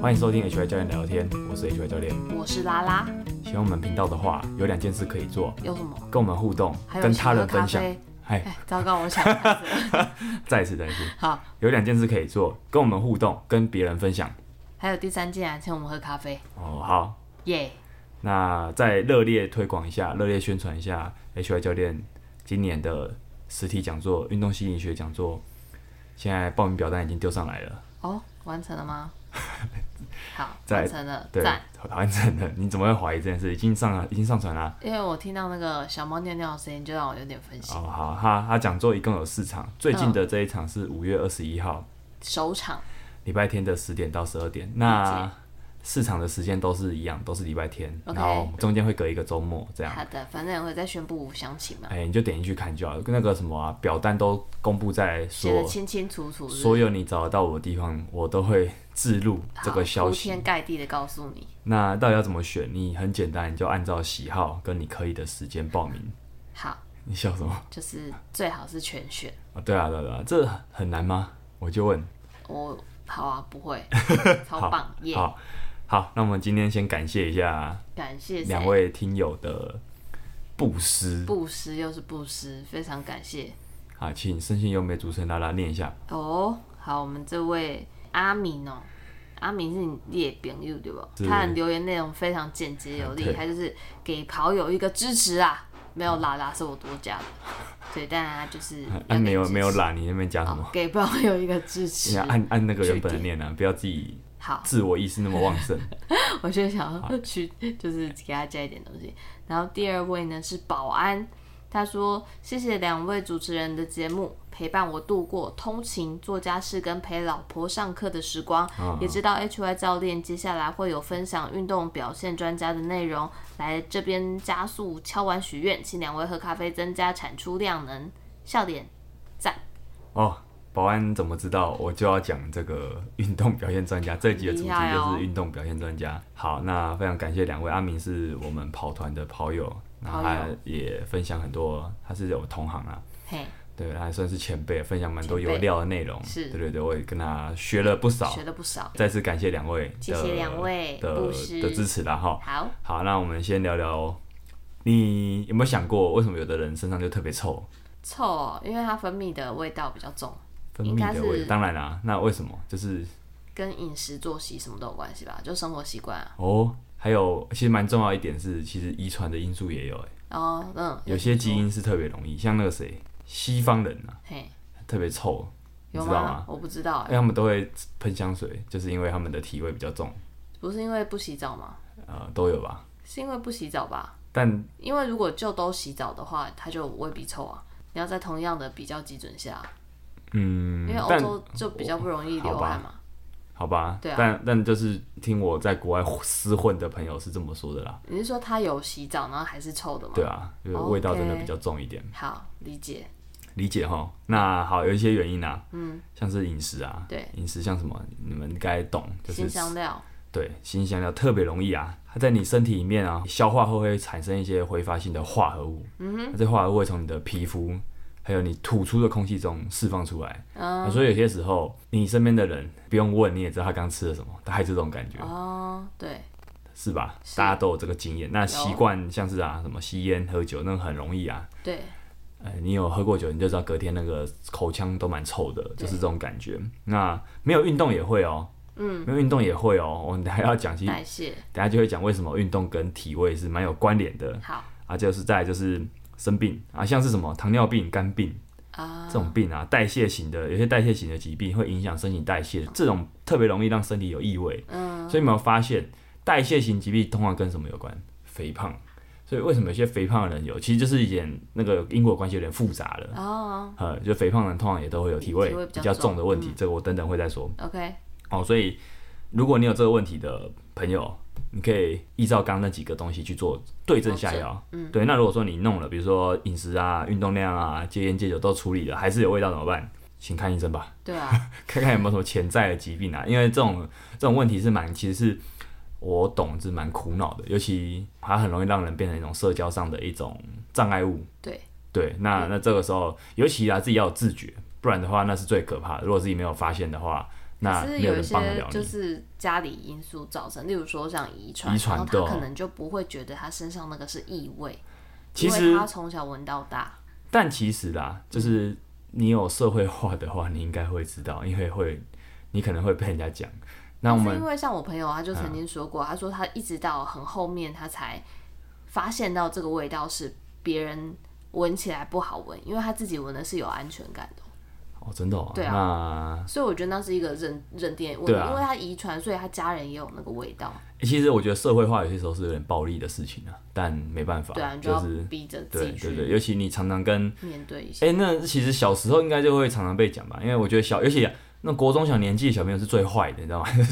欢迎收听 HY 教练聊天，我是 HY 教练。我是拉拉，喜欢我们频道的话，有两件事可以做：有什么？跟我们互动还，有跟请他喝人分咖享。啡嗨，哎，糟糕，我想开始了 再一次，再一次，好，有两件事可以做：跟我们互动，跟别人分享。还有第三件啊，请我们喝咖啡，哦，好，耶、那再热烈推广一下，热烈宣传一下 HY 教练今年的实体讲座——运动心理学讲座。现在报名表单已经丢上来了，哦，完成 了吗？好，在完成了，对赞。，完整的。你怎么会怀疑这件事？已经上了，已经上传了。因为我听到那个小猫尿尿的声音，就让我有点分心。哦，好，他他讲座一共有四场，最近嗯的这一场是五月二十一号，首场礼拜天的十点到十二点。那四场的时间都是一样，都是礼拜天 OK 然后中间会隔一个周末这样。好的，反正我会再宣布详情嘛，哎、你就点进去看就好了。那个什么啊，表单都公布在写的所清清楚楚是不所是，有你找得到我的地方，我都会置入这好个消铺息天。盖地的告诉你。那到底要怎么选？你很简单，你就按照喜好跟你可以的时间报名。好，你笑什么？就是最好是全选。啊，对啊，对啊，对啊，这很难吗？我就问。我好啊，不 会，超棒耶好好，那我们今天先感谢一下感谢谁两位听友的布施布施又是布施，非常感谢啊，请身心优美主持人拉拉念一下。哦。好，我们这位阿敏哦，阿敏是你列朋友对吧是？啊他的留言内容非常简洁有力对，他就是给跑友一个支持啊，没有啦啦是我多加的，对，但他就是 要按、啊没有给支持没有啦，你那边讲什么好？给跑友一个支你持要。按按那个原本的据念啊，不要自己好，自我意识那么旺 盛。我就想要去，就是给他加一点东西。然后第二位呢是保安，他说谢谢两位主持人的节目，陪伴我度过通勤、做家事跟陪老婆上课的时光，啊也知道 HY 教练接下来会有分享运动表现专家的内容，来这边加速敲完许愿，请两位喝咖啡增加产出量能，笑脸赞。哦，保安怎么知道我就要讲这个运动表现专家？这一集的主题厉害就哦是运动表现专家。好，那非常感谢两位，阿明是我们跑团的跑友，然后他跑友也分享很多，他是有同行啊。嘿，对，他还算是前辈，分享蛮多前有辈料的内容。是对对对，我也跟他学了不少学。了不少，再次感谢两位的，谢谢两位的布施的支持啦哈。好。好，那我们先聊聊，你有没有想过为什么有的人身上就特别臭？臭、哦，因为它分泌的味道比较重，分应泌该的味，是当然啦、那为什么？就是跟饮食作息什么都有关系吧，就生活习惯啊。哦，还有其实蛮重要一点是，其实遗传的因素也有、欸，哦，嗯，有些基因是特别容易，像那个谁，西方人啊，嘿，特别臭，你有知道吗？我不知道因欸，为他们都会喷香水，就是因为他们的体味比较重，不是因为不洗澡吗？呃，都有吧。是因为不洗澡吧？但因为如果就都洗澡的话，它就未必臭啊。你要在同样的比较基准下，嗯因为，欧但洲就比较不容易流汗嘛。好吧，对啊但但就是听我在国外厮混的朋友是这么说的啦，你是说它有洗澡，然后还是臭的吗？对啊，就是哦味道真的比较重一点好，理解。理解哈。那好，有一些原因啊，嗯，像是饮食啊，对，饮食像什么，你们应该懂，就是新香料，嗯对新香料特别容易啊，它在你身体里面啊，消化后会产生一些挥发性的化合物，嗯哼，这化合物会从你的皮肤。还有你吐出的空气中释放出来，啊所以有些时候你身边的人不用问你也知道他刚吃了什么，大概是这种感觉。哦，对，是吧？是大家都有这个经验。那习惯像是啊，什么吸烟、喝酒，那很容易啊。对，呃，你有喝过酒，你就知道隔天那个口腔都蛮臭的，就是这种感觉。那没有运动也会哦，嗯，没有运动也会哦。我们还要讲，其实代谢等一下就会讲为什么运动跟体味是蛮有关联的好啊。就是再来就是生病啊，像是什么糖尿病、肝病啊这，种病啊，代谢型的，有些代谢型的疾病会影响身体代谢，这种特别容易让身体有异味。嗯，所以你有没有发现，代谢型疾病通常跟什么有关？肥胖。所以为什么有些肥胖的人有？其实就是一点那个因果关系有点复杂了。哦呃，就肥胖的人通常也都会有体味体味比比较较重嗯重的问题，这个我等等会再说。 ，OK，哦，所以如果你有这个问题的朋友，你可以依照刚刚那几个东西去做对症下药。嗯，对。那如果说你弄了，比如说饮食啊、运动量啊、戒烟戒酒都处理了，还是有味道怎么办？请看医生吧。对啊，看看有没有什么潜在的疾病啊，因为这种这种问题是蛮，其实是我懂是蛮苦恼的，尤其它很容易让人变成一种社交上的一种障碍物。对对，那那这个时候，尤其啊自己要有自觉，不然的话那是最可怕的。如果自己没有发现的话，那可是没有有一人帮得些了就你。是家里因素造成，例如说像遗传，遗传哦然后对他可能就不会觉得他身上那个是异味，其因为实他，嗯从小闻到大。但其实啦，就是你有社会化的话，你应该会知道，因为会，你可能会被人家讲。那我但是们嗯因为像我朋友，他就曾经说过，他说他一直到很后面他才发现到这个味道是别人闻起来不好闻，因为他自己闻的是有安全感的。哦，真的、哦，对啊那所以我觉得那是一个认认定的问题，对啊因为他遗传，所以他家人也有那个味道，欸其实我觉得社会化有些时候是有点暴力的事情啊，但没办法，对啊，你就要是逼着自对己对对，去尤其你常常跟面对一下。 哎、那其实小时候应该就会常常被讲吧，因为我觉得小，尤其那国中小年纪的小朋友是最坏的，你知道吗？可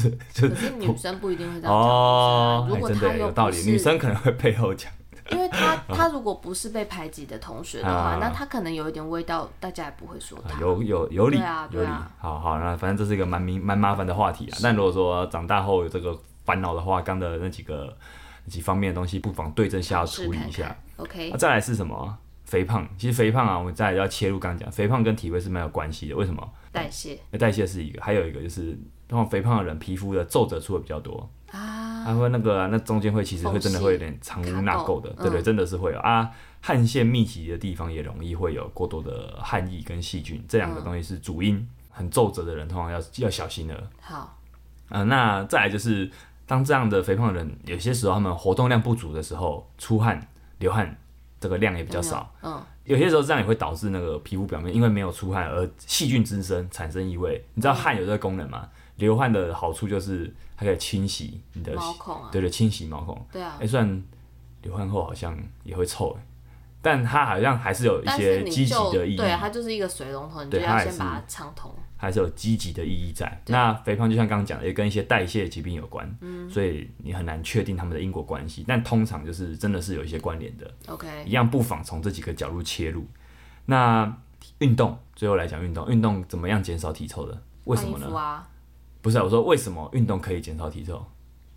是女生不一定会这样讲哦，女生啊如果哎真她的又有不道理，女是生可能会背后讲，因为他他如果不是被排挤的同学的嗯话，啊那他可能有一点味道，大家也不会说啊他。有有有理、对啊有对理啊，好好，那反正这是一个蛮明蛮麻烦的话题啊。但如果说长大后有这个烦恼的话，刚的那几个那几方面的东西，不妨对症下药试处理看一下。看，OK，啊、再来是什么？肥胖，其实肥胖啊，我们再来要切入刚刚讲，肥胖跟体味是蛮有关系的。为什么？代谢代谢是一个，还有一个就是，通常肥胖的人皮肤的皱褶处会比较多，啊，他会那个啊、那中间会其实会缝真的隙会有点藏污纳垢的，卡垢对对，嗯真的是会有啊。汗腺密集的地方也容易会有过多的汗液跟细菌，这两个嗯东西是主因。很皱褶的人通常要要小心了。好，呃，那再来就是，当这样的肥胖的人，有些时候他们活动量不足的时候，出汗、流汗这个量也比较少，有没有，嗯，有些时候这样也会导致那个皮肤表面因为没有出汗而细菌滋生产生异味。你知道汗有这个功能吗？流汗的好处就是它可以清洗你的，毛孔啊，对对，清洗毛孔。对啊哎、，虽然流汗后好像也会臭、哎但它好像还是有一但是些你积极就的意义，对啊，它就是一个水龙头，你就对要它也先把是它畅通。还是有积极的意义在。那肥胖就像刚刚讲的，也跟一些代谢疾病有关，嗯所以你很难确定它们的因果关系，但通常就是真的是有一些关联的。 OK，一样不妨从这几个角度切入。那运动，最后来讲运动，运动怎么样减少体臭的？为什换衣么服呢？啊，不是啊、我说为什么运动可以减少体臭？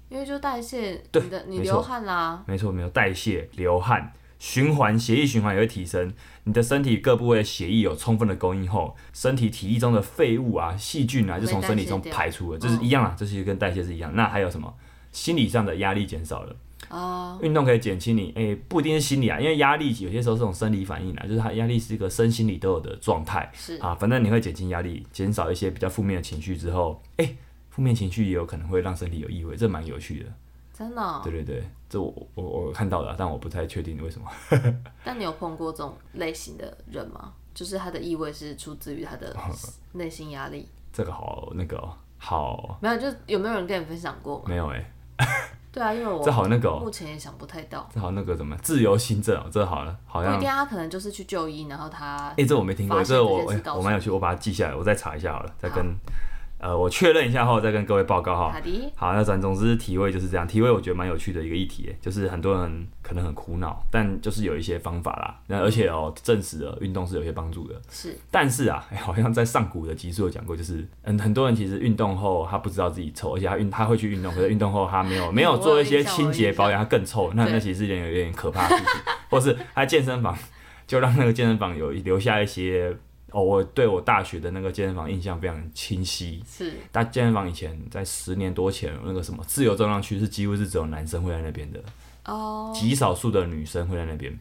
因为就代谢，对你的你没流错汗啦，没错，没有代谢、流汗、循环、血液循环也会提升。你的身体各部位的血液有充分的供应后，身体体液中的废物啊、细菌啊，就从身体中被代谢掉嗯排出了，这是一样啊，这是跟代谢是一样。那还有什么？心理上的压力减少了，啊，运动可以减轻你，诶、不一定是心理啊，因为压力有些时候是种生理反应啊，就是它压力是一个身心里都有的状态。是啊，反正你会减轻压力，减少一些比较负面的情绪之后，哎、负面情绪也有可能会让身体有异味，这蛮有趣的。真的哦。对对对，这我我我看到了，但我不太确定为什么。但你有碰过这种类型的人吗？就是他的异味是出自于 他的内心压力，这个好那个、哦、好没有，就有没有人跟你分享过？没有哎、对啊，因为这我好那个、哦，目前也想不太到，这好那个怎么自由新政哦，这好了好不一像定，他可能就是去就医，然后他哎、这我没听过，发这现这我、件事哎告诉我蛮有趣，我把它记下来，我再查一下好了，再好跟呃我确认一下后再跟各位报告哈。卡迪好，那咱总之体位就是这样。体位我觉得蛮有趣的一个议题耶，就是很多人可能很苦恼，但就是有一些方法啦。那而且哦，证实了运动是有些帮助的。是但是啊，哎好像在上古的集数有讲过，就是嗯，很多人其实运动后他不知道自己臭，而且他运他会去运动，可是运动后他没有没有做一些清洁保养，他更臭。那对那其实是一件有点可怕的事情，或是他健身房就让那个健身房有留下一些哦，我对我大学的那个健身房印象非常清晰。是大健身房以前在十年多前，那个什么自由重量区是几乎是只有男生会在那边的，哦，极少数的女生会在那边，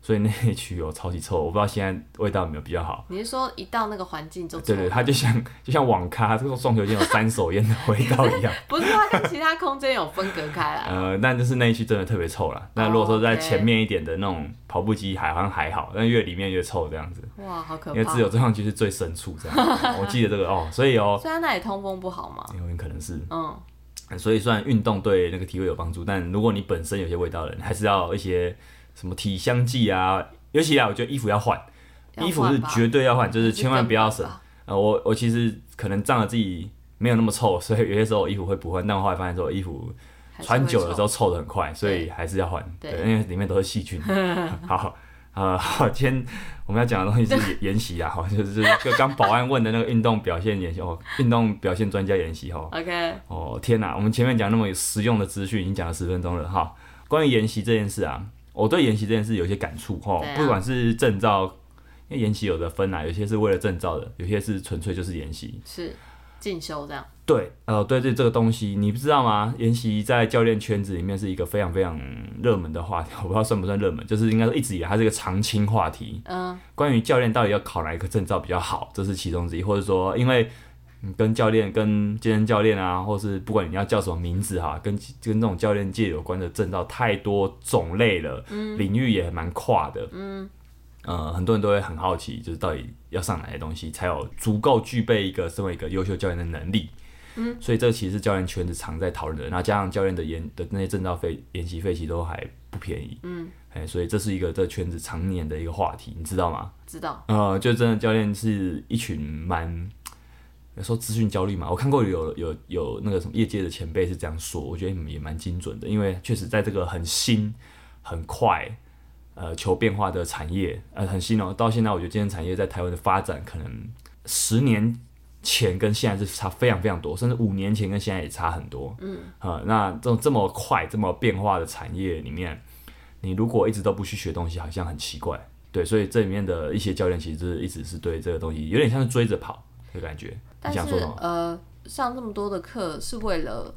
所以那一区有超级臭，我不知道现在味道有没有比较好。你是说一到那个环境就对对，臭它就像就像网咖这个撞球间有三手烟的味道一样，不是它跟其他空间有分隔开啊 来，呃，但就是那一区真的特别臭了。那如果说在前面一点的那种跑步机还好像还好，但越里面越臭这样子，哇，好可因为怕自。由重量区是最深处这样。我记得这个哦，所以哦，虽然那里通风不好嘛，有很可能是嗯，所以虽然运动对那个体味有帮助，但如果你本身有些味道的人，还是要一些什么体香剂啊，尤其啊，我觉得衣服要换，要衣服换是吧绝对要换，就是千万不要省这是根本吧。呃，我我其实可能仗着自己没有那么臭，所以有些时候我衣服会不换，但我后来发现说我衣服还是穿会久了之臭后臭的很快，所以还是要换，对对，因为里面都是细菌。 好。呃，好，今天我们要讲的东西是研习啊，好，就是就是就刚保安问的那个运动表现研习哦，运动表现专家研习哦， ，OK，哦天哪，我们前面讲那么有实用的资讯，已经讲了十分钟了哈。关于研习这件事啊，我对研习这件事有一些感触哈、对啊不管是证照，因为研习有的分啊，有些是为了证照的，有些是纯粹就是研习。是进修这样。对，呃，对对，这个东西你不知道吗？研习在教练圈子里面是一个非常非常热门的话题，我不知道算不算热门，就是应该说一直以来它是一个常青话题。嗯，关于教练到底要考哪一个证照比较好，这是其中之一，或者说因为你跟教练、跟健身教练啊，或是不管你要叫什么名字哈，跟跟这种教练界有关的证照太多种类了，领域也蛮跨的，嗯，呃，很多人都会很好奇，就是到底要上哪些东西才有足够具备一个身为一个优秀教练的能力。嗯，所以这其实是教练圈子常在讨论的，然后加上教练的研的那些证照费、研习费其实都还不便宜，嗯，哎，所以这是一个这圈子常年的一个话题，你知道吗？知道，呃，就真的教练是一群蛮，有时候资讯焦虑嘛。我看过有有有那个什么业界的前辈是这样说，我觉得你们也蛮精准的，因为确实在这个很新、很快、呃求变化的产业，呃很新哦。到现在，我觉得健身产业在台湾的发展，可能十年前跟现在是差非常非常多，甚至五年前跟现在也差很多。嗯，呃，那这种这么快、这么变化的产业里面，你如果一直都不去学东西，好像很奇怪。对，所以这里面的一些教练其实就是一直是对这个东西有点像是追着跑的感觉。但你是想说什么？呃，上这么多的课是为了，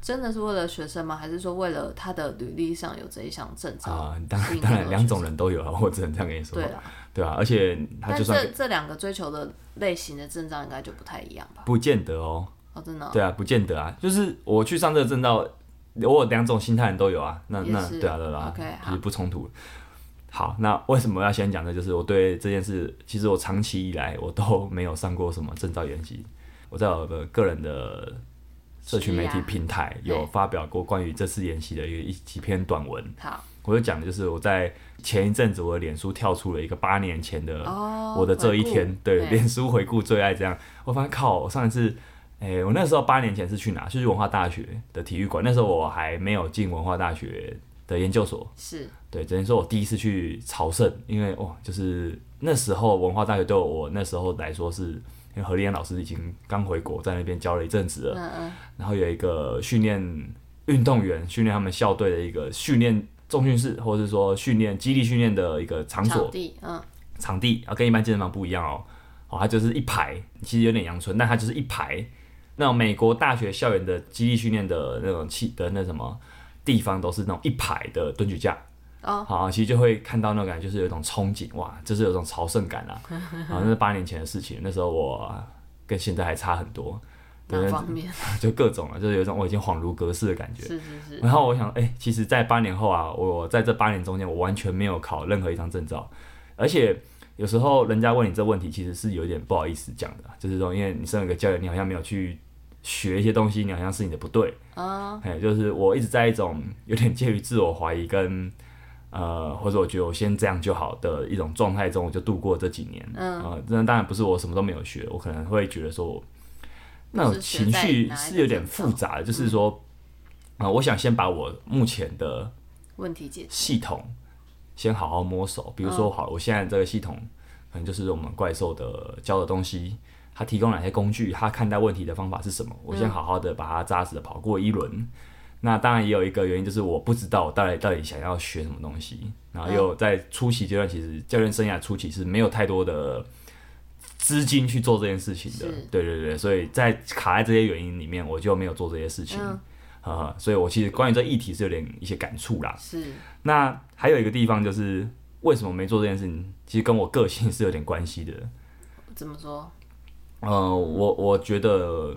真的是为了学生吗？还是说为了他的履历上有这哦一项证照？啊、当吸引当更然多两种人都有啊，我只能这样跟你说，对啦，对啊，而且他但就算这这两个追求的类型的证照应该就不太一样吧？不见得哦，哦，真的哦、对啊，不见得啊，就是我去上这个证照，我有两种心态人都有啊，那也那是对啊对啊， OK，对啊好就是不冲突。好，那为什么要先讲的？就是我对这件事，其实我长期以来我都没有上过什么证照研习，我在我的个人的社群媒是体啊平台对有发表过关于这次研习的一个一几篇短文，好我就讲的就是我在前一阵子我的脸书跳出了一个八年前的哦，我的这一回天顾，对，脸书回顾最爱这样。我发现靠，我上一次，哎、我那时候八年前是去哪？是去文化大学的体育馆，那时候我还没有进文化大学的研究所，是对，只能说我第一次去朝圣，因为哇，就是那时候文化大学对我那时候来说是，因为何立安老师已经刚回国，在那边教了一阵子了，嗯嗯然后有一个训练运动员训练他们校队的一个训练重训室，或者是说训练激励训练的一个场所场，地嗯场地啊，跟一般健身房不一样哦。哦，它就是一排，其实有点阳春，但它就是一排。那种美国大学校园的基地训练的那种器的那什么地方，都是那种一排的蹲举架。哦好，其实就会看到那种感觉，就是有一种憧憬，哇，就是有一种朝圣感啊。啊，那是八年前的事情，那时候我跟现在还差很多，对哪方面 就各种啊，就是有一种我已经恍如隔世的感觉。是是是然后我想，哎、其实，在八年后啊，我在这八年中间，我完全没有考任何一张证照，而且有时候人家问你这问题，其实是有点不好意思讲的，啊就是说，因为你身为一个教练，你好像没有去学一些东西，你好像是你的不对，啊哎，就是我一直在一种有点介于自我怀疑跟呃，或者我觉得我先这样就好的一种状态中，我就度过这几年。嗯呃，那当然不是我什么都没有学，我可能会觉得说我，那是种学情在绪哪一是个嗯有点症复状杂的，就是说，啊、我想先把我目前的问题解决系统先好好摸索。比如说，嗯好了，我现在这个系统可能就是我们怪兽的教的东西，它提供哪些工具，它看待问题的方法是什么，嗯我先好好的把它扎实的跑过一轮。那当然也有一个原因，就是我不知道我到底到底想要学什么东西，然后又在初期阶段，其实教练生涯初期是没有太多的资金去做这件事情的是，对对对，所以在卡在这些原因里面，我就没有做这些事情，嗯呃，所以我其实关于这议题是有点一些感触啦，是那还有一个地方就是为什么没做这件事情，其实跟我个性是有点关系的。怎么说呃，我我觉得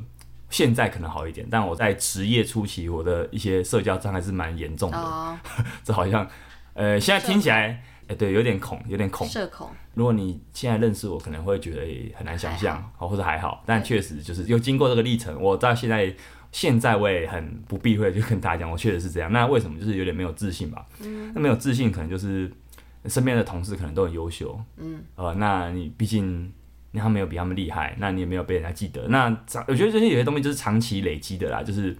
现在可能好一点，但我在职业初期，我的一些社交障碍是蛮严重的。啊这好像，呃，现在听起来，哎、对，有点恐，有点恐。社恐如果你现在认识我，可能会觉得、诶很难想还象，哦，或者还好，但对确实就是又经过这个历程，我到现在现在我也很不避讳，就跟大家讲，我确实是这样。那为什么就是有点没有自信吧？那没有自信，可能就是身边的同事可能都很优秀，嗯，呃，那你毕竟。那他没有比他们厉害，那你也没有被人家记得。那长我觉得这些有些东西就是长期累积的啦，就是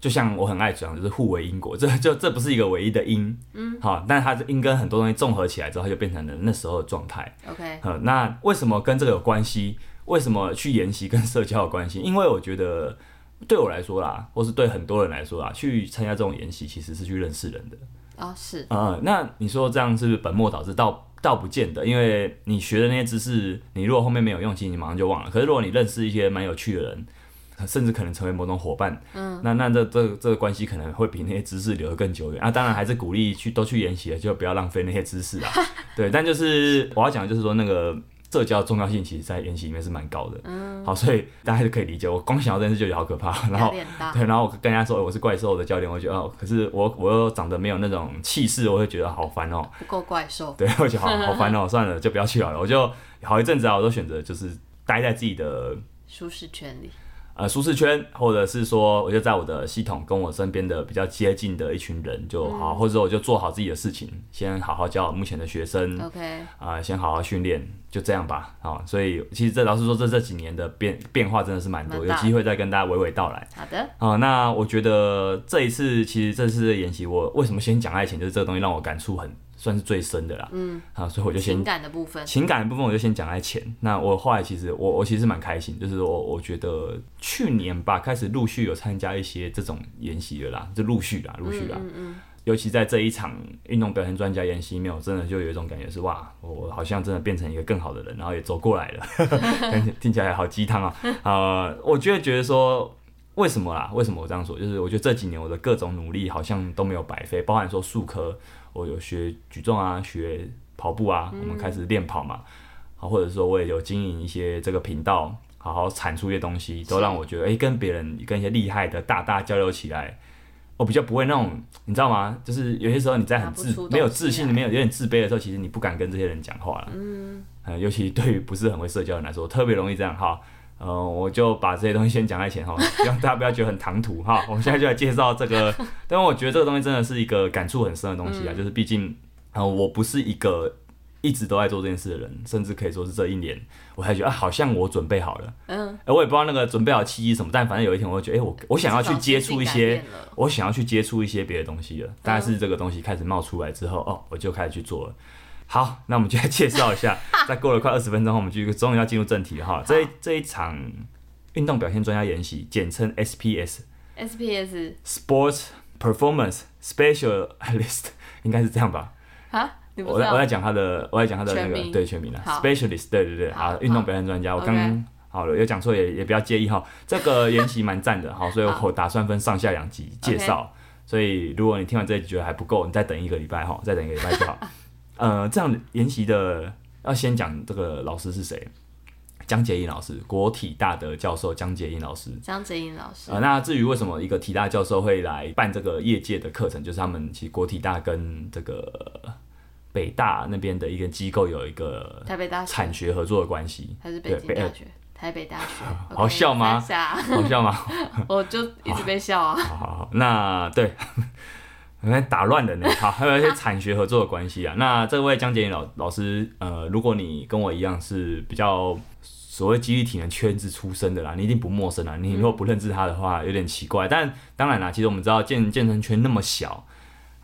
就像我很爱讲，就是互为因果，这就这不是一个唯一的因，嗯，好，但它是因跟很多东西综合起来之后，它就变成了那时候的状态。 OK 呃，那为什么跟这个有关系？为什么去研习跟社交有关系？ 因为我觉得对我来说啦，或是对很多人来说啦，去参加这种研习其实是去认识人的。啊是呃，那你说这样是不是本末倒置？倒倒不见得，因为你学的那些知识，你如果后面没有用，其实你马上就忘了。可是如果你认识一些蛮有趣的人，甚至可能成为某种伙伴。嗯，那那这这这个关系可能会比那些知识留得更久远啊。当然还是鼓励去都去研习，就不要浪费那些知识 啊。对，但就是我要讲的就是说那个。社交重要性其实，在研习里面是蛮高的。嗯，好，所以大家就可以理解，我光想到这件事就觉得好可怕。 然后，对，然后我跟人家说、欸、我是怪兽的教练，我觉得哦，可是我我又长得没有那种气势，我会觉得好烦哦、喔。不够怪兽。对，我觉 得好好烦哦、喔，算了，就不要去好了。我就好一阵子啊，我都选择就是待在自己的舒适圈里。呃，舒适圈，或者是说，我就在我的系统跟我身边的比较接近的一群人就好，嗯、或者我就做好自己的事情，先好好教目前的学生，OK，啊、呃，先好好训练，就这样吧，好，所以其实这老实说，这这几年的变变化真的是蛮多，有机会再跟大家娓娓道来。好的，啊、呃，那我觉得这一次其实这次的演习，我为什么先讲爱情，就是这个东西让我感触很。算是最深的啦，嗯，啊，所以我就先情感的部分，情感的部分我就先讲在前。那我后来其实我我其实蛮开心，就是我我觉得去年吧，开始陆续有参加一些这种研习了啦，就陆续啦，陆续啦，嗯,嗯嗯，尤其在这一场运动表现专家研习面，我真的就有一种感觉是哇，我好像真的变成一个更好的人，然后也走过来了， 听起来好鸡汤啊，呃，我就会觉得说。为什么啦？为什么我这样说？就是我觉得这几年我的各种努力好像都没有白费，包含说数科，我有学举重啊，学跑步啊，我们开始练跑嘛，啊、嗯，或者说我也有经营一些这个频道，好好产出一些东西，都让我觉得，哎、欸，跟别人跟一些厉害的大大交流起来，我比较不会那种，你知道吗？就是有些时候你在很自没有自信、没有有点自卑的时候，其实你不敢跟这些人讲话了，嗯、呃，尤其对于不是很会社交人来说，特别容易这样哈。呃，我就把这些东西先讲在前哈，让大家不要觉得很唐突哈。我们现在就来介绍这个，但我觉得这个东西真的是一个感触很深的东西啊，嗯、就是毕竟啊、呃，我不是一个一直都在做这件事的人，甚至可以说是这一年，我才觉得啊，好像我准备好了，嗯，哎，我也不知道那个准备好契机什么，但反正有一天我会觉得，哎、欸，我我想要去接触一些，我想要去接触一些别的东西了。大概是这个东西开始冒出来之后，哦，我就开始去做了。好，那我们就来介绍一下。在过了 快二十分钟后，我们就终于要进入正题了哈。这这一场运动表现专家研习，简称 SPS，SPS，Sports Performance Specialist，应 该是这样吧？啊，我在我在讲他的，我在讲他的那个对全名了，Specialist，对啊对对，啊，运动表现专家，我刚。好了，有讲错也也不要介意哈。这个研习蛮赞的哈，所以我打算分上下两集介绍。所以如果你听完这一集觉得还不够，你再等一个礼拜哈，再等一个礼拜 就好。呃，这样研习的要先讲这个老师是谁，江杰英老师，国体大的教授江杰英老师。江杰英老师。呃，那至于为什么一个体大教授会来办这个业界的课程，就是他们其实国体大跟这个北大那边的一个机构有一个台北大学产学合作的关系，还是北京大学？台北大 学，哎好笑吗？好笑吗？我就一直被笑啊。 好好好，那对。 来打乱人呢，好，还有一些产学合作的关系啊。那这位江杰老老师，呃，如果你跟我一样是比较所谓激励体能圈子出身的啦，你一定不陌生啦。啊你如果不认识他的话，有点奇怪。但当然啦，其实我们知道健健身圈那么小，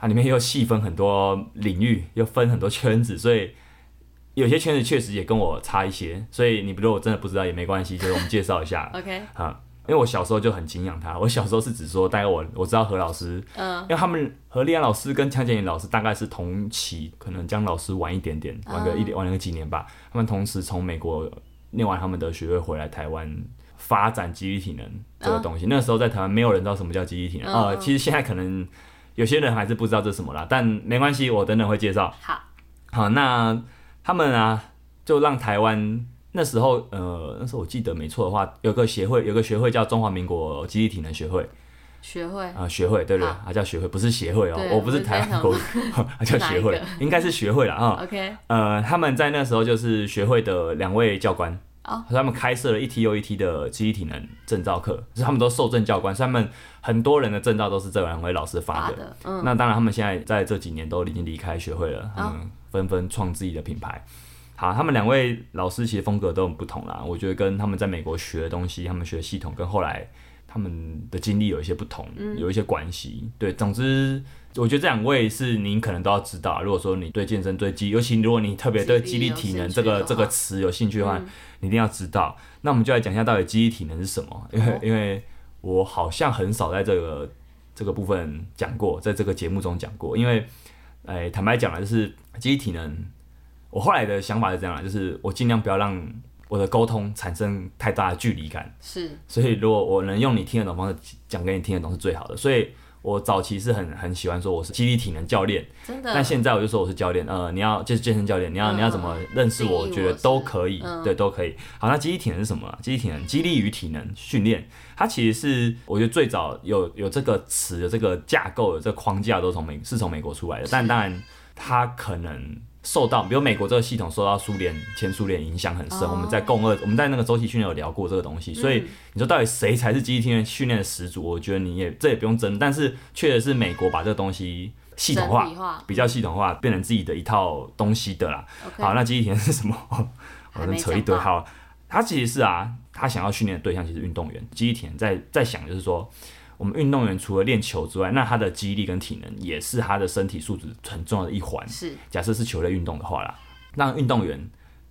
它里面又细分很多领域，又分很多圈子，所以有些圈子确实也跟我差一些。所以你如果真的不知道也没关系，就是我们介绍一下。 OK，好。啊因为我小时候就很敬仰他，我小时候是指说，大概我我知道何老师，嗯，因为他们何丽安老师跟江建林老师大概是同期，可能江老师晚一点点，晚个一点、嗯、晚个几年吧。他们同时从美国念完他们的学位回来台湾发展肌力体能这个东西。嗯、那时候在台湾没有人知道什么叫肌力体能啊、嗯呃，其实现在可能有些人还是不知道这是什么啦，但没关系，我等等会介绍。好，好，那他们啊，就让台湾。那时候，呃，那时候我记得没错的话，有个协会，有个学会叫中华民国基地体能学会。学会啊，学会，对对，它叫学会，不是协会哦，我不是台湾国 语，它叫学会，应该是学会了啊。 OK，呃，他们在那时候就是学会的两位教官，他们开设了一梯又一梯的基地体能证照课，就是他们都受证教官，所以他们很多人的证照都是这两位老师发的。嗯嗯那当然，他们现在在这几年都已经离开学会了，嗯，纷纷创自己的品牌。好，他们两位老师其实风格都很不同啦。我觉得跟他们在美国学的东西，他们学系统跟后来他们的经历有一些不同，嗯、有一些关系。对，总之我觉得这两位是您可能都要知道。如果说你对健身、对肌，尤其如果你特别对肌力体能这个这个词有兴趣的话，嗯、你一定要知道。那我们就来讲一下到底肌力体能是什么，因为、哦、因为我好像很少在这个这个部分讲过，在这个节目中讲过。因为，哎、欸，坦白讲了，就是肌力体能。我后来的想法是这样啦，就是我尽量不要让我的沟通产生太大的距离感。是所以如果我能用你听得懂方式讲给你听得懂是最好的。所以我早期是很很喜欢说我是激励体能教练，真的。但现在我就说我是教练，呃，你要就是健身教练，你要、嗯你要怎么认识我，定义我觉得都可以，是嗯对，都可以。好，那激励体能是什么啊？激励体能，激励与体能训练，它其实是我觉得最早有有这个词、有这个架构、有这个框架都从美是从美国出来的，但当然它可能。受到，比如美国这个系统受到苏联前苏联影响很深。哦嗯我们在共二，我们在那个周期训练有聊过这个东西，所以你说到底谁才是基地训练训练的始祖？我觉得你也这也不用争，但是确实是美国把这个东西系统化整理化比较系统化，变成自己的一套东西的啦。 OK，好，那记忆体验是什么？ 还我没能扯一堆。讲到好，他其实是啊，他想要训练的对象其实是运动员。记忆体验在在想就是说，我们运动员除了练球之外，那他的肌力跟体能也是他的身体素质很重要的一环。是假设是球类运动的话啦，那运动员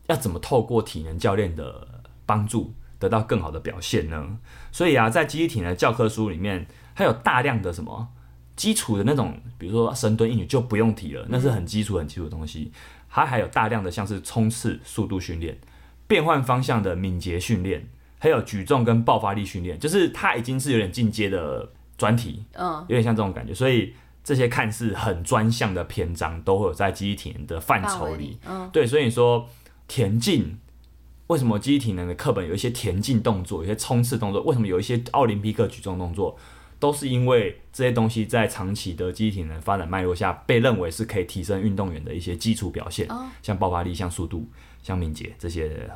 要怎么透过体能教练的帮助得到更好的表现呢？所以啊，在肌力体能的教科书里面，它有大量的什么基础的那种，比如说深蹲、硬举就不用提了，那是很基础、很基础的东西。它还有大量的像是冲刺、速度训练、变换方向的敏捷训练，还有举重跟爆发力训练，就是它已经是有点进阶的专题，嗯，有点像这种感觉，所以这些看似很专项的篇章都会有在记忆体能的范范畴围里。，嗯，对，所以你说田径，为什么记忆体能的课本有一些田径动作，有一些冲刺动作，为什么有一些奥林匹克举重动作，都是因为这些东西在长期的记忆体能发展脉络下，被认为是可以提升运动员的一些基础表现，哦像爆发力、像速度、像敏捷这些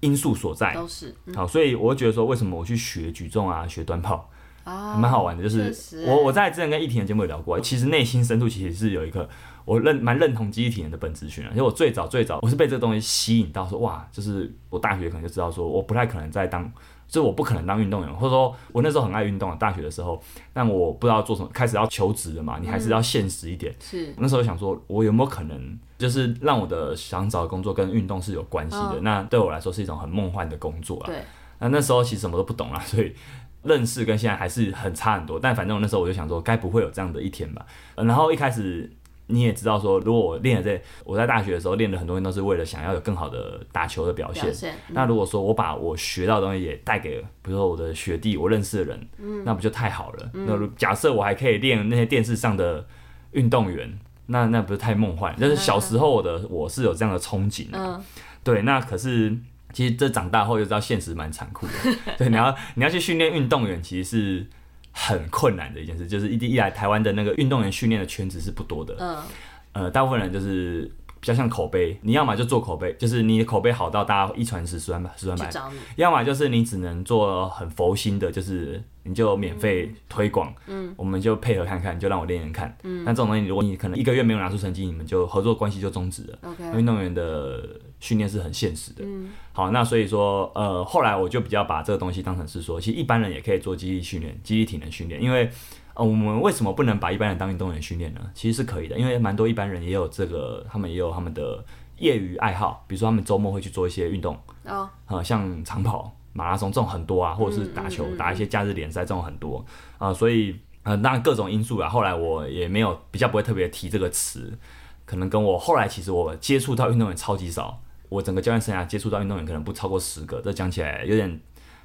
因素所在。都是嗯好，所以我会觉得说，为什么我去学举重啊，学短跑，啊，还蛮好玩的，就确是实我我在之前跟一体人节目有聊过，其实内心深处其实是有一个我认蛮认同记忆体人的本质啊训练，因为我最早最早我是被这个东西吸引到说哇，就是我大学可能就知道说我不太可能再当，就是我不可能当运动员，或者说我那时候很爱运动啊，大学的时候，但我不知道做什么，开始要求职了嘛，你还嗯是要现实一点。是那时候想说，我有没有可能就是让我的想找的工作跟运动是有关系的？嗯那对我来说是一种很梦幻的工作啦。啊对，那那时候其实什么都不懂啦， 所以认识跟现在还是很差很多。但反正我那时候我就想说，该不会有这样的一天吧？呃然后一开始你也知道说，如果我练了这，我在大学的时候练的很多东西都是为了想要有更好的打球的表现表。现嗯那如果说我把我学到的东西也带给，比如说我的学弟、我认识的人，嗯那不就太好了？那如假设我还可以练那些电视上的运动员，那那不是太梦幻了？就是小时候我的我是有这样的憧憬、啊，嗯，对，那可是其实这长大后就知道现实蛮残酷的。对，你要你要去训练运动员，其实是很困难的一件事。就是一一来台湾的那个运动员训练的圈子是不多的，嗯呃，大部分人就是比较像口碑，你要么就做口碑，就是你的口碑好到大家一传十，十传百，十传去百。找你，要么就是你只能做很佛心的，就是你就免费推广，嗯，我们就配合看看，你就让我练练看，嗯。那这种东西，如果你可能一个月没有拿出成绩，你们就合作关系就终止了。 OK，运动员的训练是很现实的。啊嗯好，那所以说，呃，后来我就比较把这个东西当成是说，其实一般人也可以做肌力训练、肌力体能训练，因为呃，我们为什么不能把一般人当运动员训练呢？其实是可以的，因为蛮多一般人也有这个，他们也有他们的业余爱好，比如说他们周末会去做一些运动，哦，呃，像长跑、马拉松这种很多啊，或者是打球、打一些假日联赛这种很多啊、所以呃，当然各种因素啊，后来我也没有比较不会特别提这个词，可能跟我后来其实我接触到运动员超级少，我整个教练生涯接触到运动员可能不超过十个，这讲起来有点。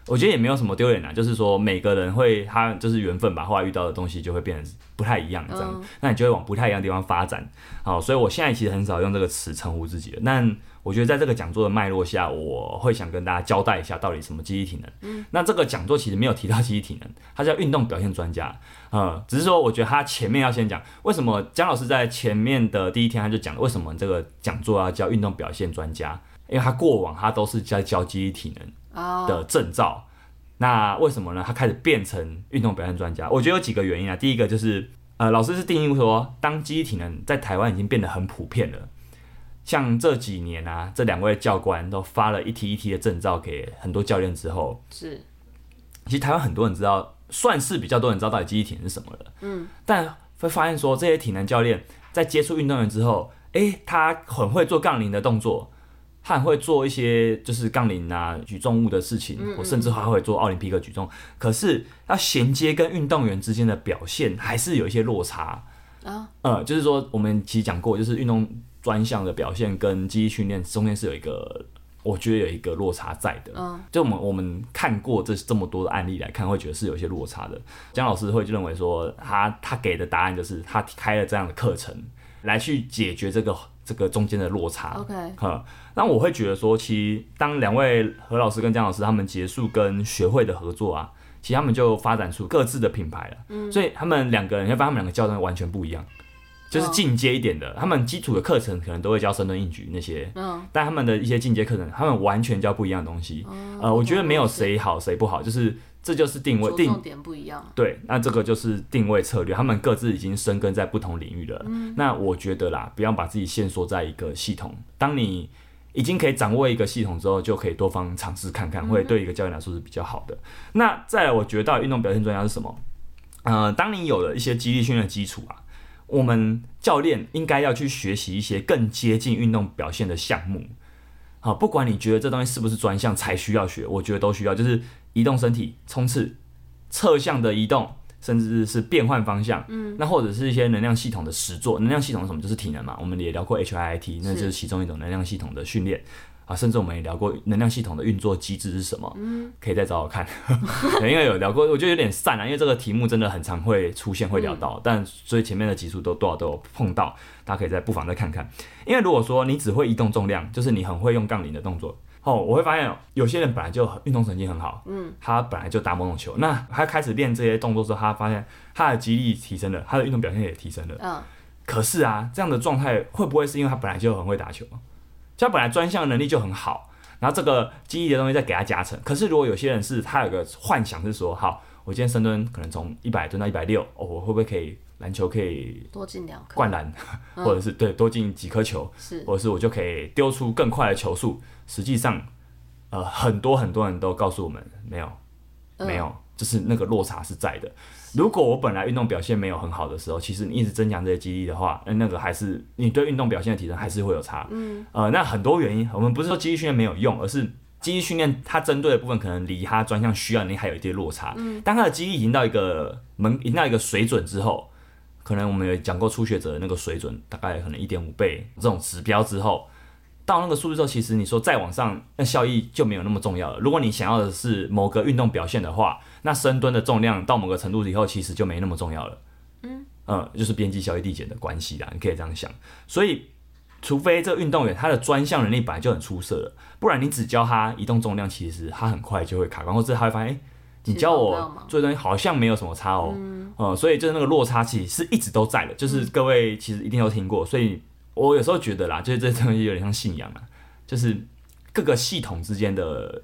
我觉得也没有什么丢脸啊，就是说每个人会他就是缘分吧，后来遇到的东西就会变得不太一样这样，嗯那你就会往不太一样的地方发展。好，所以我现在其实很少用这个词称呼自己了，但我觉得在这个讲座的脉络下，我会想跟大家交代一下到底什么记忆体能。那这个讲座其实没有提到记忆体能，他叫运动表现专家，呃，只是说我觉得他前面要先讲为什么姜老师在前面的第一天他就讲了为什么这个讲座要叫运动表现专家，因为他过往他都是在教记忆体能哦，的证照。那为什么呢？他开始变成运动表现专家，我觉得有几个原因啊。第一个就是，呃，老师是定义说，当记忆体能在台湾已经变得很普遍了。像这几年啊，这两位教官都发了一梯一梯的证照给很多教练之后，是其实台湾很多人知道，算是比较多人知道到底记忆体能是什么了。嗯，但会发现说这些体能教练在接触运动员之后，诶、他很会做杠铃的动作，他很会做一些就是杠铃啊、举重物的事情，我甚至还会做奥林匹克举重。可是要衔接跟运动员之间的表现，还是有一些落差。啊，呃，就是说我们其实讲过，就是运动专项的表现跟记忆训练中间是有一个我觉得有一个落差在的。嗯，就我们我们看过这这么多的案例来看，会觉得是有一些落差的。姜老师会就认为说他，他给的答案就是他开了这样的课程来去解决这个这个中间的落差。 OK 哈，那我会觉得说，其实当两位何老师跟姜老师他们结束跟学会的合作啊，其实他们就发展出各自的品牌了。嗯，所以他们两个人，你会发现他们两个教的完全不一样，就是哦进阶一点的，他们基础的课程可能都会教深蹲硬举那些，嗯，但他们的一些进阶课程，他们完全教不一样的东西。呃，我觉得没有谁好谁不好，就是这就是定位哦着定重点不一样。对，那这个就是定位策略，他们各自已经深耕在不同领域了。那我觉得啦，不要把自己限缩在一个系统。当你已经可以掌握一个系统之后，就可以多方尝试看看，会对一个教练来说是比较好的。那再来，我觉得到底运动表现专家是什么？呃，当你有了一些激励训练的基础啊，我们教练应该要去学习一些更接近运动表现的项目。好，不管你觉得这东西是不是专项才需要学，我觉得都需要，就是移动身体、冲刺、侧向的移动，甚至是变换方向，嗯，那或者是一些能量系统的实作。能量系统是什么？就是体能嘛，我们也聊过 HIIT，那就是其中一种能量系统的训练。啊，甚至我们也聊过能量系统的运作机制是什么，嗯，可以再找找看， 对因为有聊过，我觉得有点散啊了、因为这个题目真的很常会出现，会聊到，但所以前面的集数都多少都有碰到，大家可以再不妨再看看。因为如果说你只会移动重量，就是你很会用杠铃的动作。哦，我会发现有些人本来就很运动神经很好，嗯，他本来就打某种球，那他开始练这些动作之后，他发现他的肌力提升了，他的运动表现也提升了。嗯，可是啊，这样的状态会不会是因为他本来就很会打球，就他本来专项能力就很好，然后这个记忆的东西再给他加成？可是如果有些人是他有个幻想是说，好，我今天深蹲可能从一百蹲到一百六，哦，我会不会可以篮球可以多进两颗灌篮， 或者是对多进几颗球，是或者是我就可以丢出更快的球速。实际上，呃，很多很多人都告诉我们，没有，嗯没有，就是那个落差是在的。如果我本来运动表现没有很好的时候，其实你一直增强这些肌力的话，那那个还是你对运动表现的提升还是会有差。嗯，呃，那很多原因，我们不是说肌力训练没有用，而是肌力训练它针对的部分可能离它专项需要能力还有一些落差。嗯，当它的肌力已经到一个门，已经到一个水准之后，可能我们有讲过初学者的那个水准，大概可能一点五倍这种指标之后，到那个数字之后，其实你说再往上，那效益就没有那么重要了。如果你想要的是某个运动表现的话，那深蹲的重量到某个程度以后，其实就没那么重要了。嗯，呃，就是边际效益递减的关系啦，你可以这样想。所以，除非这个运动员他的专项能力本来就很出色了，不然你只教他移动重量，其实他很快就会卡关，或者他会发现，哎、你教其实帮不了我忙做的东西好像没有什么差哦。呃，所以就是那个落差其实是一直都在的，就是各位其实一定都听过，所以我有时候觉得啦，就是这东西有点像信仰啊，就是各个系统之间的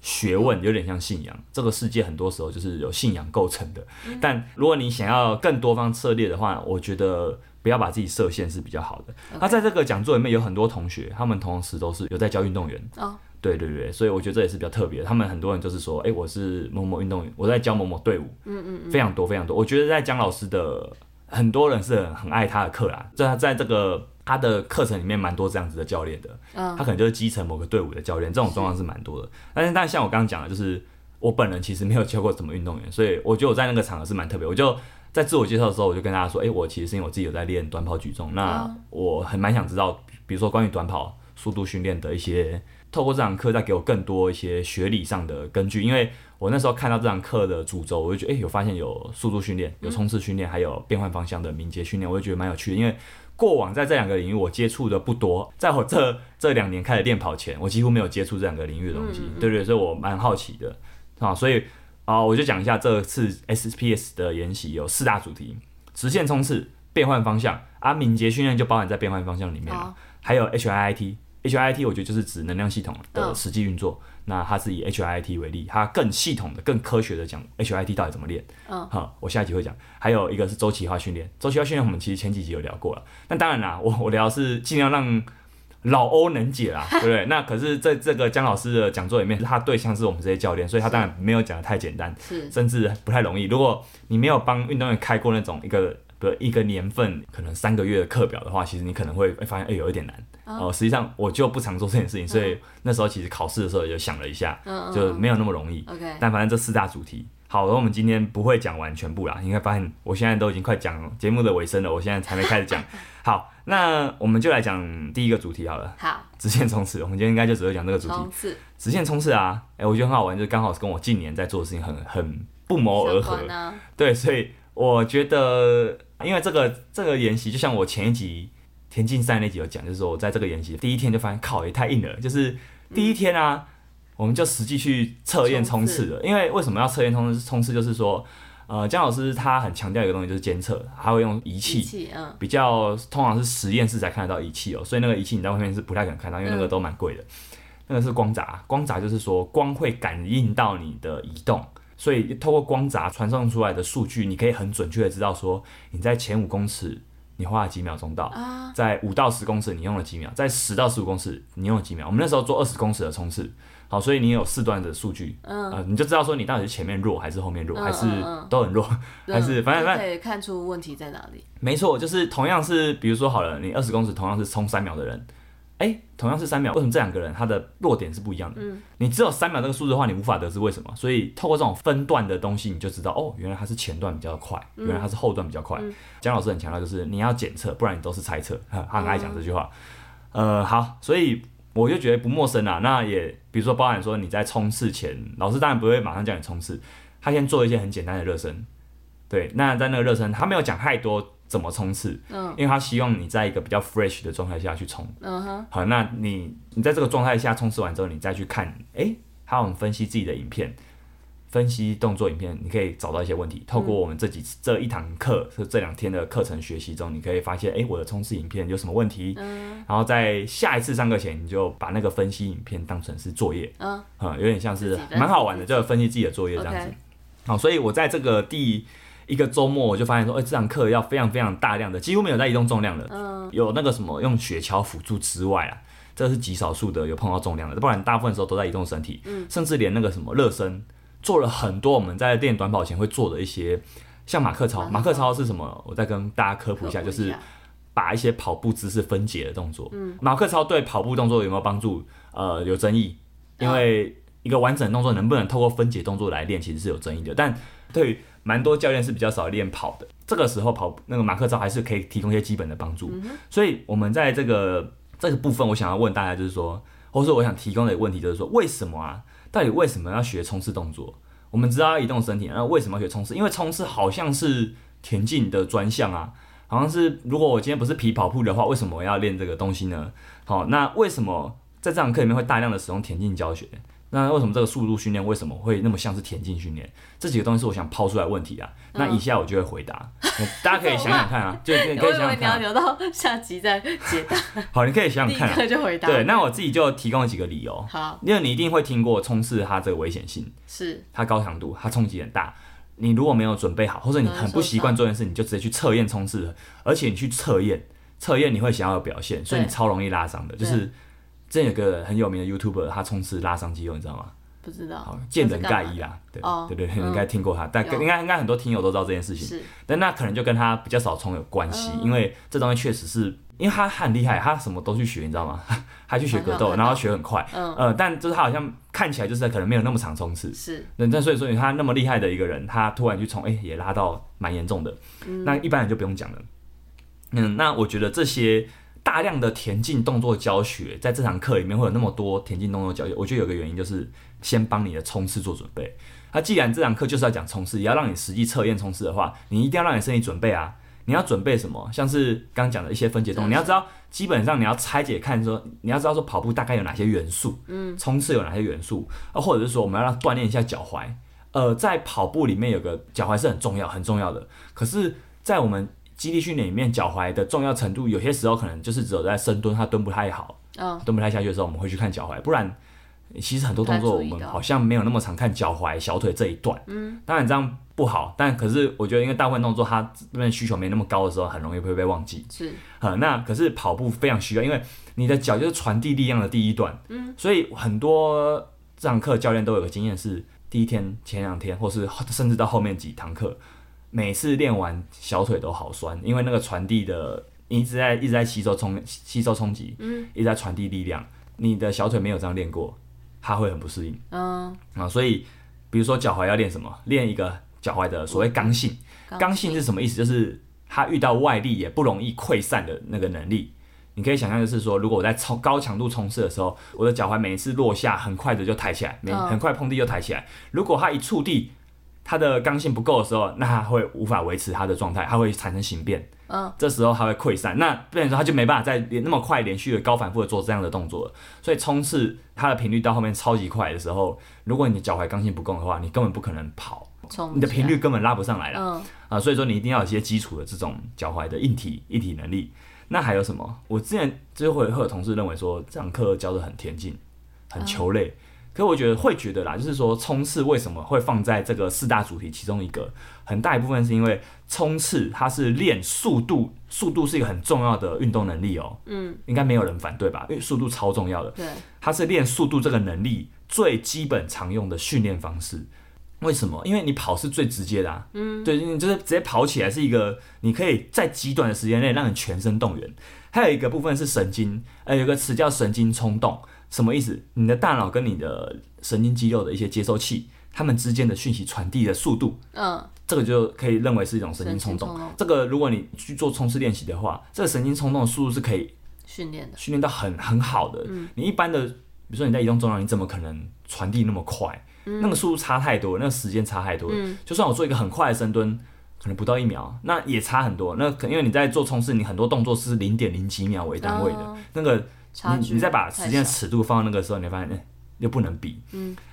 学问有点像信仰，这个世界很多时候就是由信仰构成的。但如果你想要更多方策略的话，我觉得不要把自己设限是比较好的。那在这个讲座里面有很多同学，他们同时都是有在教运动员，哦，对对对，所以我觉得这也是比较特别的。他们很多人就是说，哎、我是某某运动员，我在教某某队伍，嗯嗯非常多非常多。我觉得在姜老师的很多人是很很爱他的课啦，在在这个他的课程里面蛮多这样子的教练的，嗯他可能就是基层某个队伍的教练，这种状况是蛮多的。但是但像我刚刚讲的，就是我本人其实没有教过什么运动员，所以我觉得我在那个场合是蛮特别，我就。在自我介绍的时候，我就跟大家说，哎、我其实是因为我自己有在练短跑举重，那我很蛮想知道，比如说关于短跑速度训练的一些透过这堂课再给我更多一些学理上的根据，因为我那时候看到这堂课的主轴，我就觉得诶、有发现有速度训练、有冲刺训练，还有变换方向的敏捷训练，我就觉得蛮有趣的。因为过往在这两个领域我接触的不多，在我这这两年开始练跑前，我几乎没有接触这两个领域的东嗯西，对对，所以我蛮好奇的啊，所以啊，我就讲一下这次 SPS 的研习有四大主题：直线冲刺、变换方向啊，敏捷训练就包含在变换方向里面了。好，还有 HIIT。HIIT 我觉得就是指能量系统的嗯实际运作，那它是以 HIIT 为例，它更系统的、更科学的讲 HIIT 到底怎么练。嗯好，我下一集会讲。还有一个是周期化训练，周期化训练我们其实前几集有聊过了。那当然啦，我我聊的是尽量让老欧能解啦，对不对？那可是在这个姜老师的讲座里面，他对象是我们这些教练，所以他当然没有讲的太简单。嗯是甚至不太容易。如果你没有帮运动员开过那种一个的一个年份，可能三个月的课表的话，其实你可能会哎发现哎、有一点难。哦、实际上我就不常做这件事情，所以那时候其实考试的时候也想了一下，嗯嗯就没有那么容易。 OK，但反正这四大主题，好，然后我们今天不会讲完全部啦，应该发现我现在都已经快讲节目的尾声了，我现在才没开始讲。好，那我们就来讲第一个主题好了，好，直线冲刺。我们今天应该就只会讲这个主题，冲刺直线冲刺啊，哎、我觉得很好玩，就是刚好是跟我近年在做的事情很很不谋而相合关。呢？对，所以我觉得，因为这个这个研习，就像我前一集田径赛那集有讲，就是说我在这个研习第一天就发现，靠，也太硬了。就是第一天啊，我们就实际去测验冲刺了。因为为什么要测验冲刺？冲刺就是说，呃，姜老师他很强调一个东西，就是监测，他会用仪仪器。器，嗯，比较通常是实验室才看得到仪器哦、所以那个仪器你在外面是不太可能看到，因为那嗯个都蛮贵的。那个是光闸，光闸就是说光会感应到你的移动，所以透过光闸传送出来的数据，你可以很准确的知道说你在前五公尺你花了几秒钟到，啊在五到十公尺你用了几秒，在十到十五公尺你用了几秒。我们那时候做二十公尺的冲刺，好，所以你有四段的数据，嗯、呃，你就知道说你到底是前面弱还是后面弱，嗯还是嗯嗯都很弱，还是反正就反正可以看出问题在哪里。没错，就是同样是，比如说好了，你二十公尺同样是冲三秒的人，哎、同样是三秒，为什么这两个人他的弱点是不一样的？你只有三秒这个数字的话，你无法得知为什么。所以透过这种分段的东西，你就知道哦，原来他是前段比较快，原来他是后段比较快。姜、老师很强调就是你要检测，不然你都是猜测， 呵他很爱讲这句话。呃，好，所以我就觉得不陌生啦。那也比如说包含说你在冲刺前，老师当然不会马上叫你冲刺，他先做一些很简单的热身。对，那在那个热身，他没有讲太多怎么冲刺，嗯，因为他希望你在一个比较 fresh 的状态下去冲。嗯哼，好，那你你在这个状态下冲刺完之后，你再去看，诶，还有我们分析自己的影片，分析动作影片，你可以找到一些问题。透过嗯我们这几这一堂课，是这两天的课程学习中，你可以发现，诶，我的冲刺影片有什么问题。嗯、然后在下一次上课前，你就把那个分析影片当成是作业，嗯，嗯，有点像是自己分析蛮好玩的，就是分析自己的作业这样子 OK。好，所以我在这个第一个周末，我就发现说，哎、这堂课要非常非常大量的，几乎没有在移动重量的，有那个什么用雪橇辅助之外啊，这是极少数的有碰到重量的，不然大部分时候都在移动身体，甚至连那个什么热身，做了很多我们在练短跑前会做的一些，像马克操，马克操是什么？我再跟大家科普一下，就是把一些跑步姿势分解的动作。嗯，马克操对跑步动作有没有帮助？呃，有争议，因为一个完整的动作能不能透过分解动作来练，其实是有争议的。但对于蛮多教练是比较少练跑的，这个时候跑那个马克操还是可以提供一些基本的帮助。所以我们在这个这个部分，我想要问大家，就是说，或者说我想提供的问题就是说，为什么啊？到底为什么要学冲刺动作？我们知道要移动身体，那为什么要学冲刺？因为冲刺好像是田径的专项啊，好像是如果我今天不是皮跑步的话，为什么我要练这个东西呢？好，那为什么在这堂课里面会大量的使用田径教学？那为什么这个速度训练为什么会那么像是田径训练？这几个东西是我想抛出来的问题啊。那以下我就会回答，大家可以想想看啊，就可以哎我可以以想为想你看、要啊。留到下集再解答，好，你可以想第想看、一啊。个就回答。对，那我自己就提供几个理由，好因为你一定会听过冲刺它这个危险性，是它高强度，它冲击很大。你如果没有准备好，或者你很不习惯做这件事，你就直接去测验冲刺，而且你去测验，测验你会想要有表现，所以你超容易拉伤的。就是这有个很有名的 YouTuber，他冲刺拉伤肌肉，你知道吗？不知道好，，见人盖衣伊啦，对哦对对，对嗯你应该听过他，但有应该应该很多听友都知道这件事情。是但那可能就跟他比较少冲有关系，嗯因为这东西确实是因为他很厉害，他什么都去学，你知道吗？ 他去学格好斗，像然后学很快，嗯呃，但就是他好像看起来就是可能没有那么常冲刺。是那那所以说他那么厉害的一个人，他突然去冲，哎、也拉到蛮严重的。那一般人就不用讲了。嗯，那我觉得这些大量的田径动作教学，在这堂课里面会有那么多田径动作教学，我觉得有个原因就是先帮你的冲刺做准备。那既然这堂课就是要讲冲刺，也要让你实际测验冲刺的话，你一定要让你身体准备啊。你要准备什么？像是刚刚讲的一些分解动作，你要知道，基本上你要拆解看说，你要知道说跑步大概有哪些元素，嗯，冲刺有哪些元素，啊，或者是说我们要让锻炼一下脚踝。呃，在跑步里面有个脚踝是很重要、很重要的，可是，在我们肌力训练里面，脚踝的重要程度，有些时候可能就是只有在深蹲，它蹲不太好，嗯蹲不太下去的时候，我们会去看脚踝，不然其实很多动作我不太注意哦们到好像没有那么常看脚踝、小腿这一段。嗯，当然这样不好，但可是我觉得，因为大部分动作它这边需求没那么高的时候，很容易会被忘记。是呃，那可是跑步非常需要，因为你的脚就是传递力量的第一段。嗯，所以很多这堂课教练都有个经验是，第一天、前两天，或是后甚至到后面几堂课，每次练完小腿都好酸，因为那个传递的你一直在一直在吸收冲吸收冲击，嗯，一直在传递力量，你的小腿没有这样练过，它会很不适应嗯啊。所以比如说脚踝要练什么？练一个脚踝的所谓刚性。刚性是什么意思？就是它遇到外力也不容易溃散的那个能力。你可以想象，就是说，如果我在冲高强度冲刺的时候，我的脚踝每一次落下，很快的就抬起来，每嗯很快碰地就抬起来。如果它一触地，它的刚性不够的时候，那它会无法维持它的状态，它会产生形变。嗯，这时候它会溃散，那变成说它就没办法再连那么快连续的高反复的做这样的动作了。所以冲刺它的频率到后面超级快的时候，如果你脚踝刚性不够的话，你根本不可能跑，冲你的起频来率根本拉不上来了。嗯，啊，所以说你一定要有一些基础的这种脚踝的硬体硬体能力。那还有什么？我之前就会会有同事认为说这堂课教的很田径，很球类。可我觉得会觉得啦，就是说冲刺为什么会放在这个四大主题其中一个，很大一部分是因为冲刺它是练速度，速度是一个很重要的运动能力哦。嗯，应该没有人反对吧？因为速度超重要的。对，它是练速度这个能力最基本常用的训练方式。为什么？因为你跑是最直接的啊，嗯，对，你就是直接跑起来是一个，你可以在极短的时间内让你全身动员。还有一个部分是神经，呃，有个词叫神经冲动，什么意思？你的大脑跟你的神经肌肉的一些接收器，它们之间的讯息传递的速度嗯，这个就可以认为是一种神经冲动。神经冲动这个如果你去做冲刺练习的话，这个神经冲动的速度是可以训练的，嗯训练到很很好的。你一般的，比如说你在移动中央，你怎么可能传递那么快？嗯那个速度差太多，那个时间差太多。就算我做一个很快的深蹲，可能不到一秒，那也差很多。那可因为你在做冲刺，你很多动作是零点零几秒为单位的，哦那个差你距你再把太嗯时间少尺度放到那个时候，你会发现、哎又不能比。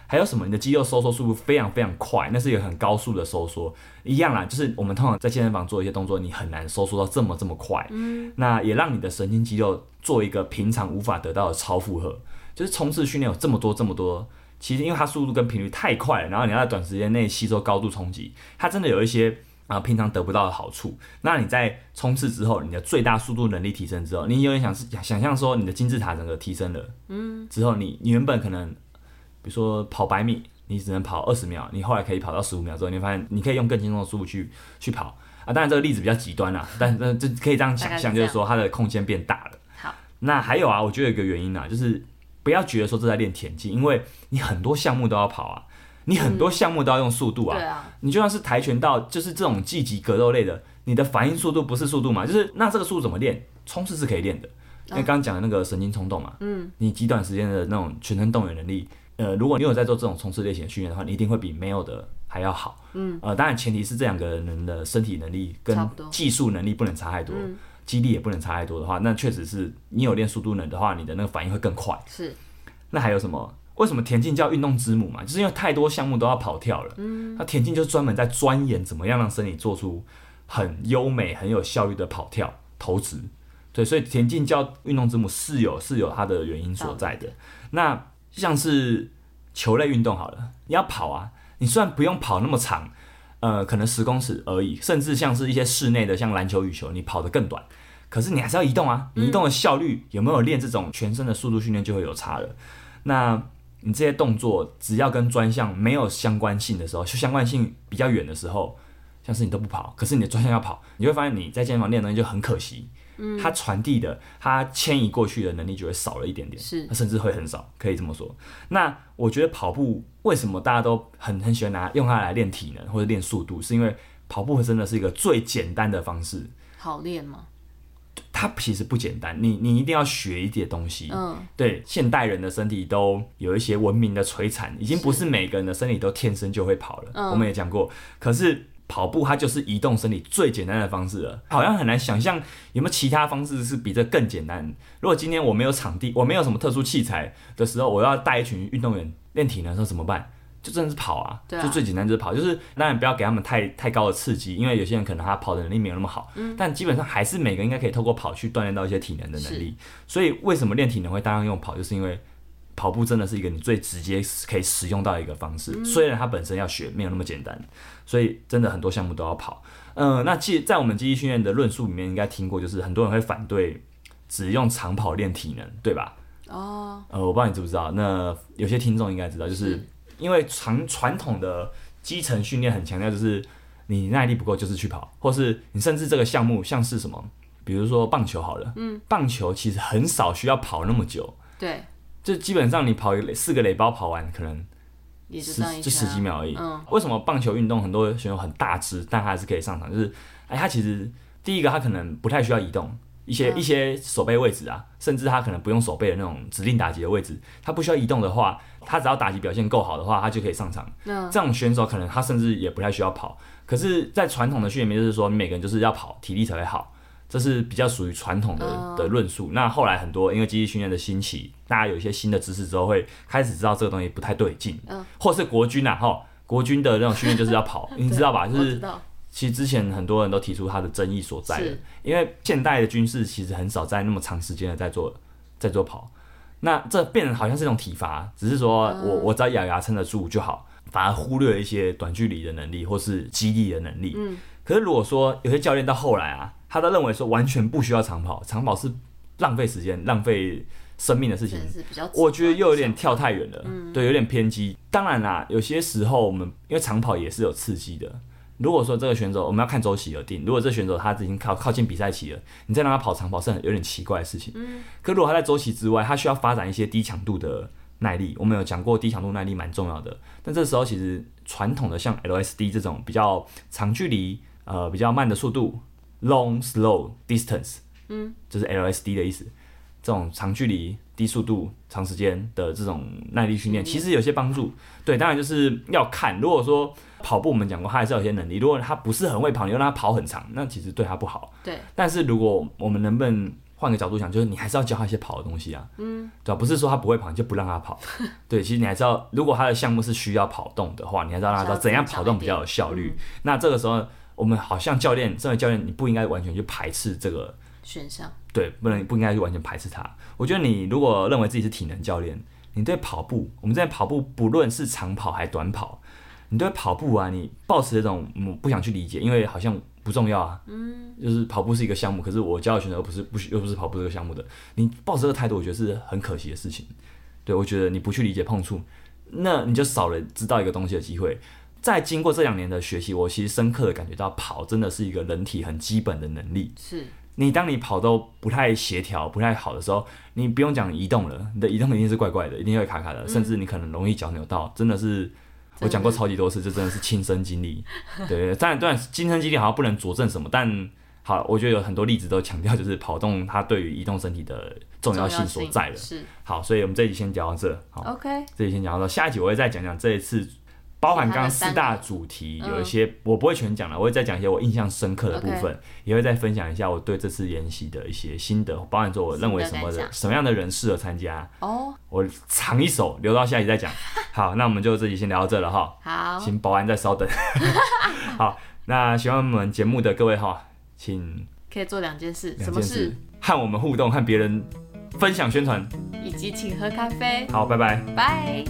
还有什么？你的肌肉收缩速度非常非常快，那是有很高速的收缩。一样啦，就是我们通常在健身房做一些动作，你很难收缩到这么这么快。嗯，那也让你的神经肌肉做一个平常无法得到的超负荷。就是冲刺训练有这么多这么多，其实因为它速度跟频率太快了，然后你要在短时间内吸收高度冲击，它真的有一些啊、平常得不到的好处。那你在冲刺之后，你的最大速度能力提升之后，你有点想是想象说你的金字塔整个提升了，嗯，之后你你原本可能比如说跑百米，你只能跑二十秒，你后来可以跑到十五秒之后，你会发现你可以用更轻松的速度去去跑啊。当然这个例子比较极端啦，但但就可以这样大想概是象，这就样是说它的空间变大了。好，那还有啊，我觉得有一个原因啊，就是不要觉得说这在练田径，因为你很多项目都要跑啊，你很多项目都要用速度啊。嗯对啊，你就算是跆拳道，就是这种积极格斗类的，你的反应速度不是速度嘛？就是那这个速度怎么练？冲刺是可以练哦的，因为刚刚讲的那个神经冲动嘛，嗯，你极短时间的那种全身动员能力，呃，如果你有在做这种冲刺类型的训练的话，你一定会比没有的还要好，嗯，呃，当然前提是这两个人的身体能力跟差不多嗯技术能力不能差太多，肌力也不能差太多的话，那确实是你有练速度能的话，你的那个反应会更快。是那还有什么？为什么田径叫运动之母嘛？就是因为太多项目都要跑跳了。嗯，那田径就是专门在钻研怎么样让身体做出很优美、很有效率的跑跳投掷。对，所以田径叫运动之母是有是有它的原因所在的。那像是球类运动好了，你要跑啊，你虽然不用跑那么长，呃，可能十公尺而已，甚至像是一些室内的，像篮球、羽球，你跑得更短，可是你还是要移动啊，你移动的效率有没有练这种全身的速度训练就会有差了。那你这些动作只要跟专项没有相关性的时候，就相关性比较远的时候，像是你都不跑，可是你的专项要跑，你会发现你在健身房练的东西就很可惜。嗯，它传递的、它迁移过去的能力就会少了一点点，是它甚至会很少，可以这么说。那我觉得跑步为什么大家都很很喜欢拿用它来练体能或者练速度，是因为跑步真的是一个最简单的方式，好练吗？它其实不简单，你你一定要学一点东西。嗯，对，现代人的身体都有一些文明的摧残，已经不是每个人的身体都天生就会跑了。嗯我们也讲过，可是跑步它就是移动身体最简单的方式了，好像很难想象有没有其他方式是比这更简单。如果今天我没有场地，我没有什么特殊器材的时候，我要带一群运动员练体能的时候怎么办？就真的是跑啊，对啊就最简单就是跑，就是当然不要给他们太太高的刺激，因为有些人可能他跑的能力没有那么好，嗯但基本上还是每个应该可以透过跑去锻炼到一些体能的能力。所以为什么练体能会大量用跑，就是因为跑步真的是一个你最直接可以使用到的一个方式，虽然它本身要学没有那么简单，所以真的很多项目都要跑。嗯、那记在我们记忆训练的论述里面应该听过，就是很多人会反对只用长跑练体能，对吧？哦，呃，我不知道你知不知道，那有些听众应该知道，就是是因为传传统的基层训练很强调，就是你耐力不够就是去跑，或是你甚至这个项目像是什么，比如说棒球好了，嗯，棒球其实很少需要跑那么久，对，就基本上你跑一个垒四个垒包跑完，可能也就十这样一就圈、啊，十几秒而已。嗯为什么棒球运动很多选手很大只，但他还是可以上场？就是，哎，他其实第一个他可能不太需要移动一些、嗯一些手背位置啊，甚至他可能不用手背的那种指定打击的位置，他不需要移动的话，他只要打击表现够好的话，他就可以上场。那这种选手可能他甚至也不太需要跑，可是，在传统的训练里面就是说，你每个人就是要跑，体力才会好，这是比较属于传统的的论述。那后来很多因为基地训练的兴起，大家有一些新的知识之后，会开始知道这个东西不太对劲，嗯或是国军啊，哈，国军的那种训练就是要跑，你知道吧？就我知是道，其实之前很多人都提出它的争议所在了是，因为现代的军事其实很少在那么长时间的在做在做跑，那这变成好像是一种体罚，只是说嗯我我只要咬牙撑得住就好，反而忽略了一些短距离的能力或是激励的能力。嗯，可是如果说有些教练到后来啊，他都认为说完全不需要长跑，长跑是浪费时间、浪费生命的事情真，的是比较，我觉得又有点，跳太远了，嗯对，有点偏激。当然啦，有些时候我们因为长跑也是有刺激的。如果说这个选手我们要看周期而定，如果这选手他已经靠靠近比赛期了，你再让他跑长跑是很有点奇怪的事情。可如果他在周期之外，他需要发展一些低强度的耐力，我们有讲过低强度耐力蛮重要的。但这时候其实传统的像 LSD 这种比较长距离、呃比较慢的速度 （long slow distance），嗯，就是 LSD 的意思。这种长距离、低速度、长时间的这种耐力训练，其实有些帮助。对，当然就是要看。如果说跑步，我们讲过，他还是有些能力。如果他不是很会跑，你又让他跑很长，那其实对他不好。对，但是如果我们能不能换个角度想，就是你还是要教他一些跑的东西啊，嗯，对吧、不是说他不会跑你就不让他跑，对，其实你还是要，如果他的项目是需要跑动的话，你还是要让他知道怎样跑动比较有效率。那这个时候，我们好像教练，身为教练，你不应该完全去排斥这个选项对，不能不应该去完全排斥它。我觉得你如果认为自己是体能教练，你对跑步，我们在跑步，不论是长跑还短跑，你对跑步啊，你抱持这种嗯不想去理解，因为好像不重要啊。嗯，就是跑步是一个项目，可是我教的选手又不是不是又不是跑步这个项目的，你抱持这个态度，我觉得是很可惜的事情。对，我觉得你不去理解碰触，那你就少了知道一个东西的机会。在经过这两年的学习，我其实深刻的感觉到，跑真的是一个人体很基本的能力。是你当你跑都不太协调、不太好的时候，你不用讲移动了，你的移动一定是怪怪的，一定会卡卡的，甚至你可能容易脚扭到，真的是。我讲过超级多次，这真的是亲身经 历。对，当然，当然，亲身经历好像不能佐证什么，但好，我觉得有很多例子都强调，就是跑动它对于移动身体的重要性所在了。是好，所以我们这一集先讲到这。好， OK，这里先讲到，下一集我会再讲讲这一次包含刚刚四大主题，嗯有一些我不会全讲了，我会再讲一些我印象深刻的部分，也会再分享一下我对这次研习的一些心得，包含说我认为什么心得的感想什么样的人适合参加，哦，我藏一手留到下一集再 讲。好，那我们就这集先聊到这了哈，好，请保安再稍 等。好，那喜欢我们节目的各位哈，请可以做两件事，两什么件事事？和我们互动，和别人分享宣传。以及请喝咖啡，好，拜拜。拜。